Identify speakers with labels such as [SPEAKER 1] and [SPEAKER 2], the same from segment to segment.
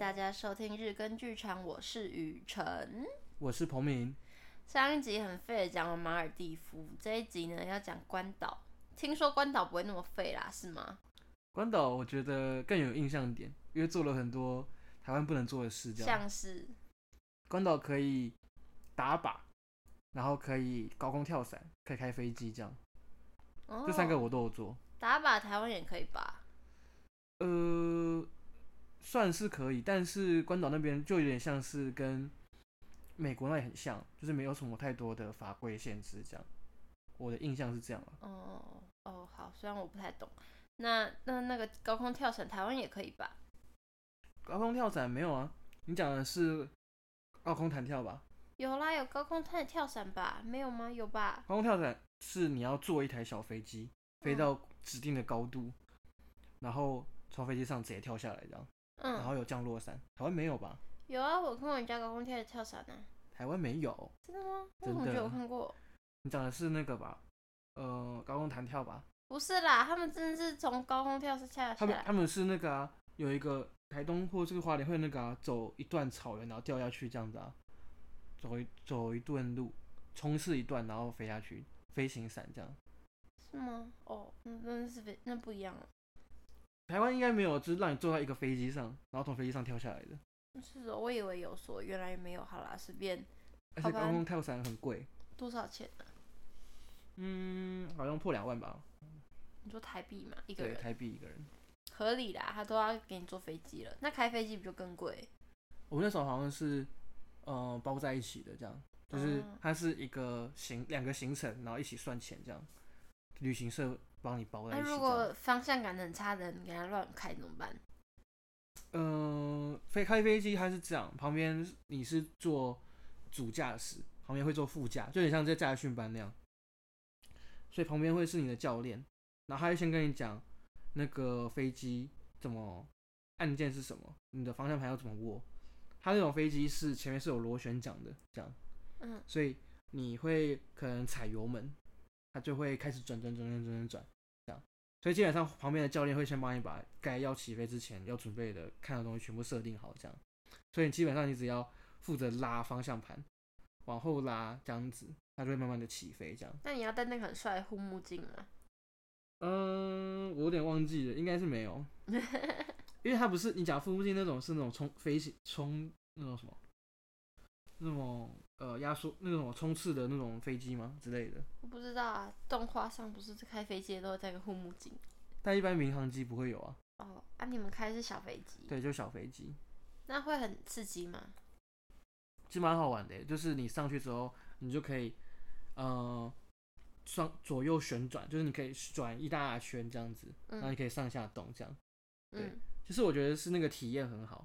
[SPEAKER 1] 大家收听日更剧场，我是雨辰。
[SPEAKER 2] 我是彭明。
[SPEAKER 1] 上一集很废的讲了马尔蒂夫，这一集呢要讲关岛。听说关岛不会那么废啦，是吗？
[SPEAKER 2] 关岛我觉得更有印象点，因为做了很多台湾不能做的事，这样。
[SPEAKER 1] 像是
[SPEAKER 2] 关岛可以打靶，然后可以高空跳伞，可以开飞机，这样。
[SPEAKER 1] 哦，
[SPEAKER 2] 这三个我都有做，
[SPEAKER 1] 打靶台湾也可以吧？
[SPEAKER 2] 呃，算是可以，但是关岛那边就有点像是跟美国那里很像，就是没有什么太多的法规限制，这样。我的印象是这样啊。
[SPEAKER 1] 哦哦，好，虽然我不太懂。那那那个高空跳伞，台湾也可以吧？
[SPEAKER 2] 高空跳伞没有啊？你讲的是高空弹跳吧？
[SPEAKER 1] 有啦，有高空跳跳伞吧？没有吗？有吧？
[SPEAKER 2] 高空跳伞是你要坐一台小飞机，飞
[SPEAKER 1] 嗯
[SPEAKER 2] 到指定的高度，然后从飞机上直接跳下来这样，然
[SPEAKER 1] 嗯，
[SPEAKER 2] 后有降落伞。台湾没有吧？
[SPEAKER 1] 有啊，我看过人家高空跳跳伞呢、
[SPEAKER 2] 台湾没有。
[SPEAKER 1] 真的吗？我
[SPEAKER 2] 真
[SPEAKER 1] 怎么觉得
[SPEAKER 2] 的
[SPEAKER 1] 我看过？
[SPEAKER 2] 你讲的是那个吧？呃，高空弹跳吧？
[SPEAKER 1] 不是啦，他们真的是从高空跳下
[SPEAKER 2] 他
[SPEAKER 1] 下
[SPEAKER 2] 们
[SPEAKER 1] 来。
[SPEAKER 2] 他们是那个啊，有一个台东或这个花莲会那个啊，走一段草原然后掉下去这样子啊，走一走一段路，冲刺一段然后飞下去，飞行伞这样。
[SPEAKER 1] 是吗？哦，嗯，那是非那不一样了，
[SPEAKER 2] 台湾应该没有，就是让你坐在一个飞机上，然后从飞机上跳下来的，
[SPEAKER 1] 是哦，我以为有所，原来没有。好啦，随便
[SPEAKER 2] 而
[SPEAKER 1] 好
[SPEAKER 2] 且
[SPEAKER 1] 吧
[SPEAKER 2] 高空跳伞很贵。
[SPEAKER 1] 多少钱呢、
[SPEAKER 2] 嗯，好像破两万吧，
[SPEAKER 1] 你说台币嘛，一个
[SPEAKER 2] 对，
[SPEAKER 1] 人
[SPEAKER 2] 台币一个人。
[SPEAKER 1] 合理啦，他都要给你坐飞机了，那开飞机不就更贵？
[SPEAKER 2] 我们那时候好像是，呃，包在一起的这样，就是
[SPEAKER 1] 哦
[SPEAKER 2] 它是一个行两个行程，然后一起算钱这样，旅行社帮你包在
[SPEAKER 1] 那
[SPEAKER 2] 一起这
[SPEAKER 1] 如
[SPEAKER 2] 样。
[SPEAKER 1] 果方向感很差的人给他乱开怎么办？
[SPEAKER 2] 呃，飞开飞机它是这样，旁边你是坐主驾驶，旁边会坐副驾，就有点像在驾训班那样。所以旁边会是你的教练，然后他会先跟你讲那个飞机怎么按键是什么，你的方向盘要怎么握。他那种飞机是前面是有螺旋桨的，这样，
[SPEAKER 1] 嗯，
[SPEAKER 2] 所以你会可能踩油门，它就会开始转转转转转转转，这样。所以基本上旁边的教练会先帮你把该要起飞之前要准备的看的东西全部设定好，这样。所以基本上你只要负责拉方向盘，往后拉这样子，它就会慢慢的起飞，这样。
[SPEAKER 1] 那你要戴那个很帅的护目镜吗？
[SPEAKER 2] 嗯，我有点忘记了，应该是没有，因为它不是你讲附近那种是那种冲飞行冲那种什么，那种呃压缩那种冲刺的那种飞机吗之类的？
[SPEAKER 1] 我不知道啊，动画上不是开飞机都会戴个护目镜
[SPEAKER 2] 但一般民航机不会有啊，
[SPEAKER 1] 哦？啊，你们开的是小飞机，
[SPEAKER 2] 对，就小飞机，
[SPEAKER 1] 那会很刺激吗？
[SPEAKER 2] 其实蛮好玩的，欸就是你上去之后，你就可以呃双左右旋转，就是你可以转一大圈这样子，然后你
[SPEAKER 1] 嗯
[SPEAKER 2] 可以上下动这样。对
[SPEAKER 1] 嗯，
[SPEAKER 2] 其实我觉得是那个体验很好。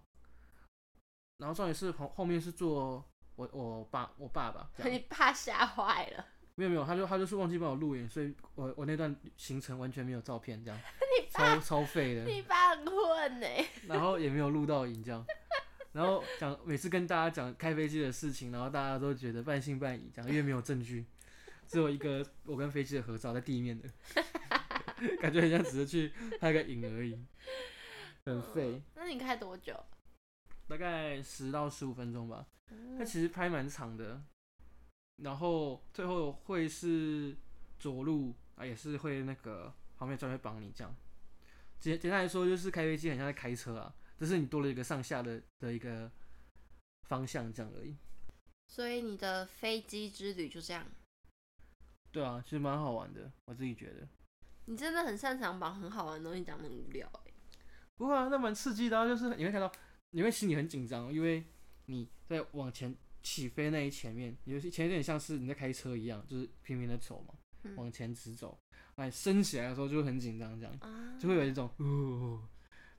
[SPEAKER 2] 然后重点是后后面是坐我我爸我爸爸，这
[SPEAKER 1] 你
[SPEAKER 2] 样
[SPEAKER 1] 怕吓坏了。
[SPEAKER 2] 没有没有，他就他就是忘记帮我录影，所以我我那段行程完全没有照片，这样
[SPEAKER 1] 你爸
[SPEAKER 2] 超超废的，
[SPEAKER 1] 你爸很欸困呢、
[SPEAKER 2] 然后也没有录到影这样。然后讲每次跟大家讲开飞机的事情，然后大家都觉得半信半疑，这样因为没有证据，只有一个我跟飞机的合照在地面的， 感觉很像只是去拍个影而已，很废
[SPEAKER 1] 嗯。那你开多久？
[SPEAKER 2] 大概十到十五分钟吧。它其实拍蛮长的，然后最后会是着陆啊，也是会那个旁边专门帮你这样。简简单来说，就是开飞机很像在开车啊，只是你多了一个上下的的一个方向这样而已。
[SPEAKER 1] 所以你的飞机之旅就这样。
[SPEAKER 2] 对啊，其实蛮好玩的，我自己觉得。
[SPEAKER 1] 你真的很擅长把很好玩的东西讲得很无聊欸、
[SPEAKER 2] 不过、啊、那蛮刺激的、啊，就是你会看到，你会心里很紧张，因为你在往前起飞那一前面，有些前面有点像是你在开车一样，就是平平的走嘛，
[SPEAKER 1] 嗯
[SPEAKER 2] 往前直走。哎，升起来的时候就会很紧张，这样
[SPEAKER 1] 啊，
[SPEAKER 2] 就会有一种，哦，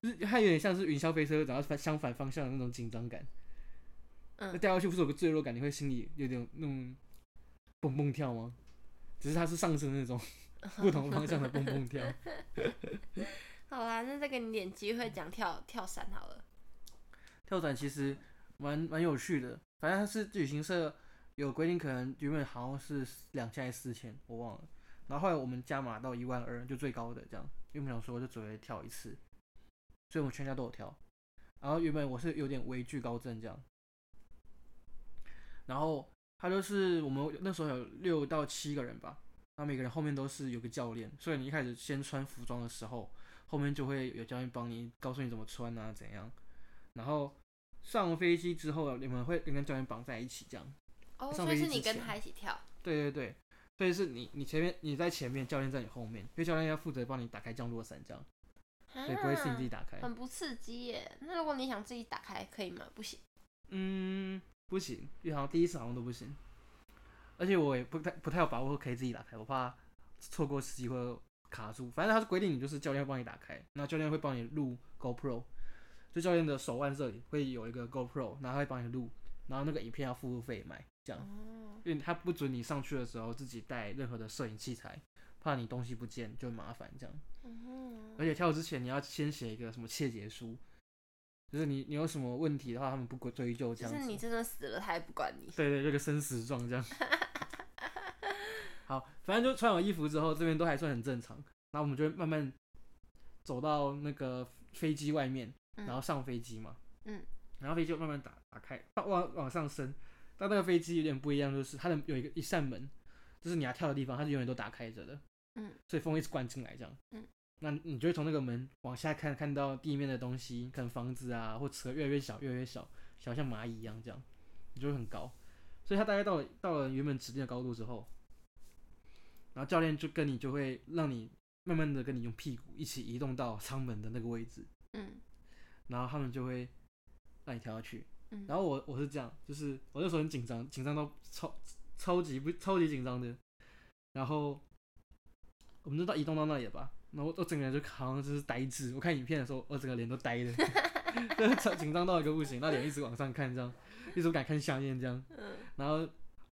[SPEAKER 2] 就是它有点像是云霄飞车，然后反相反方向的那种紧张感。那
[SPEAKER 1] 嗯，
[SPEAKER 2] 掉下去不是有个坠落感，你会心里有点那种蹦蹦跳吗？只是它是上升的那种不同方向的蹦蹦跳。
[SPEAKER 1] 好啦，那再给你点机会讲跳跳伞好了。
[SPEAKER 2] 跳伞其实蛮蛮有趣的，反正它是旅行社有规定，可能原本好像是两千还是四千，我忘了。然后后来我们加码到一万二，就最高的这样，因为我们想说就只会跳一次，所以我们全家都有跳。然后原本我是有点畏惧高症这样，然后他就是我们那时候有六到七个人吧，那每个人后面都是有个教练，所以你一开始先穿服装的时候，后面就会有教练帮你告诉你怎么穿啊怎样，然后上飞机之后你们会跟教练绑在一起这样。
[SPEAKER 1] 哦，
[SPEAKER 2] 上
[SPEAKER 1] 所以
[SPEAKER 2] 飞
[SPEAKER 1] 是
[SPEAKER 2] 机
[SPEAKER 1] 你
[SPEAKER 2] 之
[SPEAKER 1] 跟
[SPEAKER 2] 前
[SPEAKER 1] 他一起跳，
[SPEAKER 2] 对对对，所以是你你前面你在前面，教练在你后面，因为教练要负责帮你打开降落伞这样，
[SPEAKER 1] 啊
[SPEAKER 2] 所以不会是你自己打开。
[SPEAKER 1] 很不刺激耶。那如果你想自己打开，可以吗？不行。
[SPEAKER 2] 嗯，不行，因为好像第一次好像都不行，而且我也不太不太有把握可以自己打开，我怕错过时机会卡住。反正他是规定你就是教练会帮你打开，那教练会帮你录 GoPro，就教练的手腕这里会有一个 GoPro，然后他会帮你录，然后那个影片要付费买这样。
[SPEAKER 1] 哦，
[SPEAKER 2] 因为他不准你上去的时候自己带任何的摄影器材，怕你东西不见就很麻烦这样。
[SPEAKER 1] 嗯
[SPEAKER 2] 而且跳之前你要先写一个什么切结书，就是你你有什么问题的话，他们不归追究这
[SPEAKER 1] 就
[SPEAKER 2] 样
[SPEAKER 1] 是
[SPEAKER 2] 子。
[SPEAKER 1] 你真的死了，他也不管你。
[SPEAKER 2] 对对，这个生死状这样。 好，反正就穿好衣服之后，这边都还算很正常。然后我们就会慢慢走到那个飞机外面，
[SPEAKER 1] 嗯
[SPEAKER 2] 然后上飞机嘛，
[SPEAKER 1] 嗯，
[SPEAKER 2] 然后飞机就慢慢打打开，往往往上升。但那个飞机有点不一样，就是它的有一个一扇门，就是你要跳的地方，它是永远都打开着的，
[SPEAKER 1] 嗯，
[SPEAKER 2] 所以风一直灌进来这样，
[SPEAKER 1] 嗯，
[SPEAKER 2] 那你就会从那个门往下看，看到地面的东西，可能房子啊或车越来越小，越来越小，小像蚂蚁一样这样，你就会很高。所以它大概到了到了原本指定的高度之后，然后教练就跟你就会让你慢慢的跟你用屁股一起移动到舱门的那个位置。
[SPEAKER 1] 嗯
[SPEAKER 2] 然后他们就会让你跳下去。
[SPEAKER 1] 嗯，
[SPEAKER 2] 然后我我是这样，就是我那时候很紧张，紧张到超超级不超级紧张的。然后我们就到移动到那里了吧，然后我整个人就好像就是呆滞。我看影片的时候，我整个脸都呆 了，就是超紧张到一个不行，那脸一直往上看，这样一直不敢看下面这样。
[SPEAKER 1] 嗯
[SPEAKER 2] 然后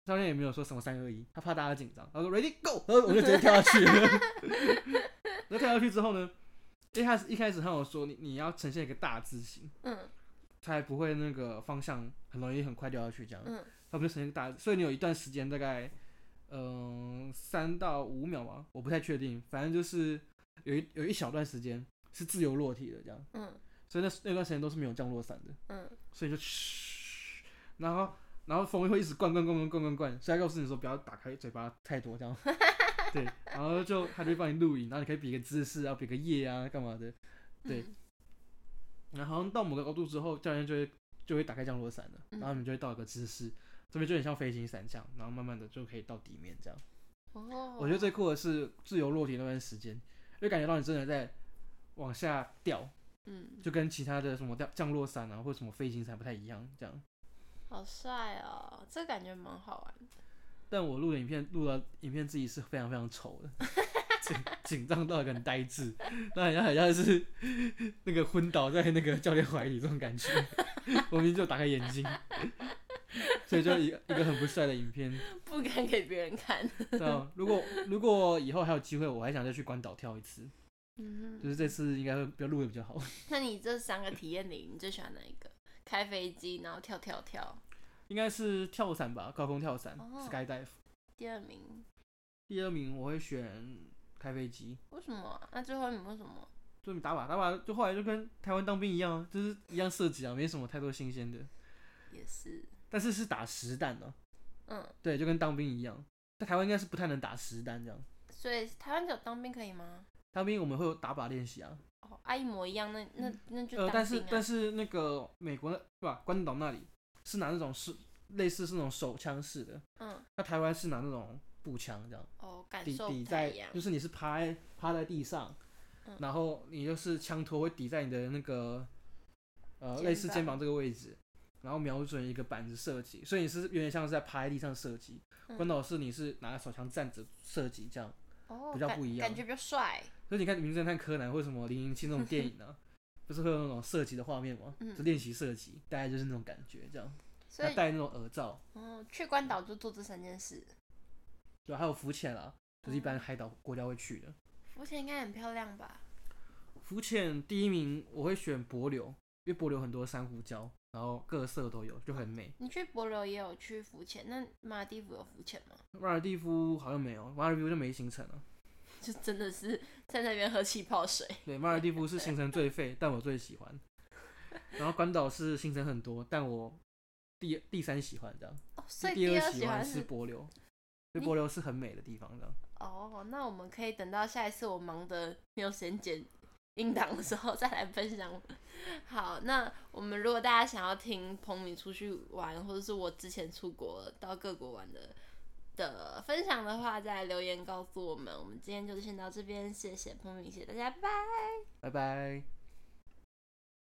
[SPEAKER 2] 教练也没有说什么三二一，他怕大家紧张，他说 ready go，然后我就直接跳下去了。 那跳下去之后呢，一开始一开始他有说你你要呈现一个大字形，
[SPEAKER 1] 嗯
[SPEAKER 2] 才不会那个方向很容易很快掉下去这样。
[SPEAKER 1] 嗯
[SPEAKER 2] 他们就呈现一个大字，所以你有一段时间大概嗯三、到五秒吧，我不太确定，反正就是有一有一小段时间是自由落体的这样，
[SPEAKER 1] 嗯
[SPEAKER 2] 所以那那段时间都是没有降落伞的。
[SPEAKER 1] 嗯
[SPEAKER 2] 所以就嘘，然后然后风会一直灌灌灌灌灌灌灌，所以他告诉你说不要打开嘴巴太 多这样，对，然后就他就会帮你录影，然后你可以比个姿势啊，比个耶啊，干嘛的，对，然后好像到某个高度之后，教练就会就会打开降落伞了，
[SPEAKER 1] 嗯
[SPEAKER 2] 然后你就会到一个姿势，这边就很像飞行伞这样，然后慢慢的就可以到底面这样。
[SPEAKER 1] 哦，
[SPEAKER 2] 我觉得最酷的是自由落体那段时间，就感觉到你真的在往下掉，
[SPEAKER 1] 嗯
[SPEAKER 2] 就跟其他的什么降降落伞啊或什么飞行伞不太一样这样。
[SPEAKER 1] 好帅哦，这感觉蛮好玩的。
[SPEAKER 2] 但我录的影片，录了影片自己是非常非常丑的，紧紧张到一个很呆滞，那好像好像是 那个昏倒在那个教练怀里这种感觉， 我明明就打开眼睛，所以就一个一个很不帅的影片。
[SPEAKER 1] 不敢给别人看。
[SPEAKER 2] 对啊，如果如果以后还有机会，我还想再去关岛跳一次，就
[SPEAKER 1] 嗯，
[SPEAKER 2] 是这次应该会比较录的比较好。
[SPEAKER 1] 那你这三个体验里，你最喜欢哪一个？开飞机，然后跳跳跳。
[SPEAKER 2] 应该是跳伞吧，高空跳伞、
[SPEAKER 1] 哦
[SPEAKER 2] （skydive）。
[SPEAKER 1] 第二名，
[SPEAKER 2] 第二名我会选开飞机，
[SPEAKER 1] 为什么啊、那最后一名为什么？
[SPEAKER 2] 就你打靶打靶，就后来就跟台湾当兵一样啊，就是一样射击啊，没什么太多新鲜的。
[SPEAKER 1] 也是，
[SPEAKER 2] 但是是打实弹的、
[SPEAKER 1] 嗯，
[SPEAKER 2] 对，就跟当兵一样，在台湾应该是不太能打实弹这样。
[SPEAKER 1] 所以台湾只有当兵可以吗？
[SPEAKER 2] 当兵我们会有打靶练习啊，
[SPEAKER 1] 哦，啊一模一样，那那那就
[SPEAKER 2] 呃，
[SPEAKER 1] 当
[SPEAKER 2] 但
[SPEAKER 1] 兵
[SPEAKER 2] 是
[SPEAKER 1] 啊。
[SPEAKER 2] 但是那个美国那对吧，关岛那里是拿那种是类似是那种手枪式的，
[SPEAKER 1] 嗯，
[SPEAKER 2] 那台湾是拿那种步枪这样，
[SPEAKER 1] 哦，感
[SPEAKER 2] 抵
[SPEAKER 1] 受
[SPEAKER 2] 抵
[SPEAKER 1] 不太
[SPEAKER 2] 在
[SPEAKER 1] 一样。
[SPEAKER 2] 就是你是趴在趴在地上，
[SPEAKER 1] 嗯
[SPEAKER 2] 然后你就是枪托会抵在你的那个呃
[SPEAKER 1] 肩
[SPEAKER 2] 类似肩
[SPEAKER 1] 膀
[SPEAKER 2] 膀这个位置，然后瞄准一个板子射击，所以你是有点像是在趴在地上射击。
[SPEAKER 1] 嗯
[SPEAKER 2] 关岛是你是拿手枪站着射击这样。
[SPEAKER 1] 哦，
[SPEAKER 2] 比较
[SPEAKER 1] 感
[SPEAKER 2] 不一样
[SPEAKER 1] 感觉比较帅。
[SPEAKER 2] 所以你看《名侦探柯南》或什么《零零七》那种电影 呢、不是会有那种射击的画面吗？
[SPEAKER 1] 嗯
[SPEAKER 2] 就练习射击，大概就是那种感觉，这样。
[SPEAKER 1] 所
[SPEAKER 2] 他
[SPEAKER 1] 以，
[SPEAKER 2] 戴那种耳罩，
[SPEAKER 1] 嗯，去关岛就做这三件事。
[SPEAKER 2] 对，还有浮潜啊，就是一
[SPEAKER 1] 嗯
[SPEAKER 2] 般海岛国家会去的。
[SPEAKER 1] 浮潜应该很漂亮吧？
[SPEAKER 2] 浮潜第一名我会选帛琉，因为帛琉很多珊瑚礁，然后各色都有，就很美。
[SPEAKER 1] 你去帛琉也有去浮潜，那马尔地夫有浮潜吗？
[SPEAKER 2] 马尔蒂夫好像没有，马尔蒂夫就没行程了。
[SPEAKER 1] 就真的是在那边喝气泡水。
[SPEAKER 2] 对，马尔蒂夫是行程最废，但我最喜欢。然后关岛是行程很多，但我第第三喜欢这样，
[SPEAKER 1] 哦，所以
[SPEAKER 2] 第
[SPEAKER 1] 第
[SPEAKER 2] 二
[SPEAKER 1] 喜欢
[SPEAKER 2] 欢
[SPEAKER 1] 是
[SPEAKER 2] 帛琉，所以
[SPEAKER 1] 你
[SPEAKER 2] 帛琉是很美的地方这样。
[SPEAKER 1] 哦，那我们可以等到下一次我忙的没有时间剪音档的时候再来分享。好，那我们如果大家想要听彭米出去玩，或者是我之前出国到各国玩的的分享的话，再留言告诉我们。我们今天就先到这边，谢谢彭米，谢谢大家，拜拜。
[SPEAKER 2] 拜拜。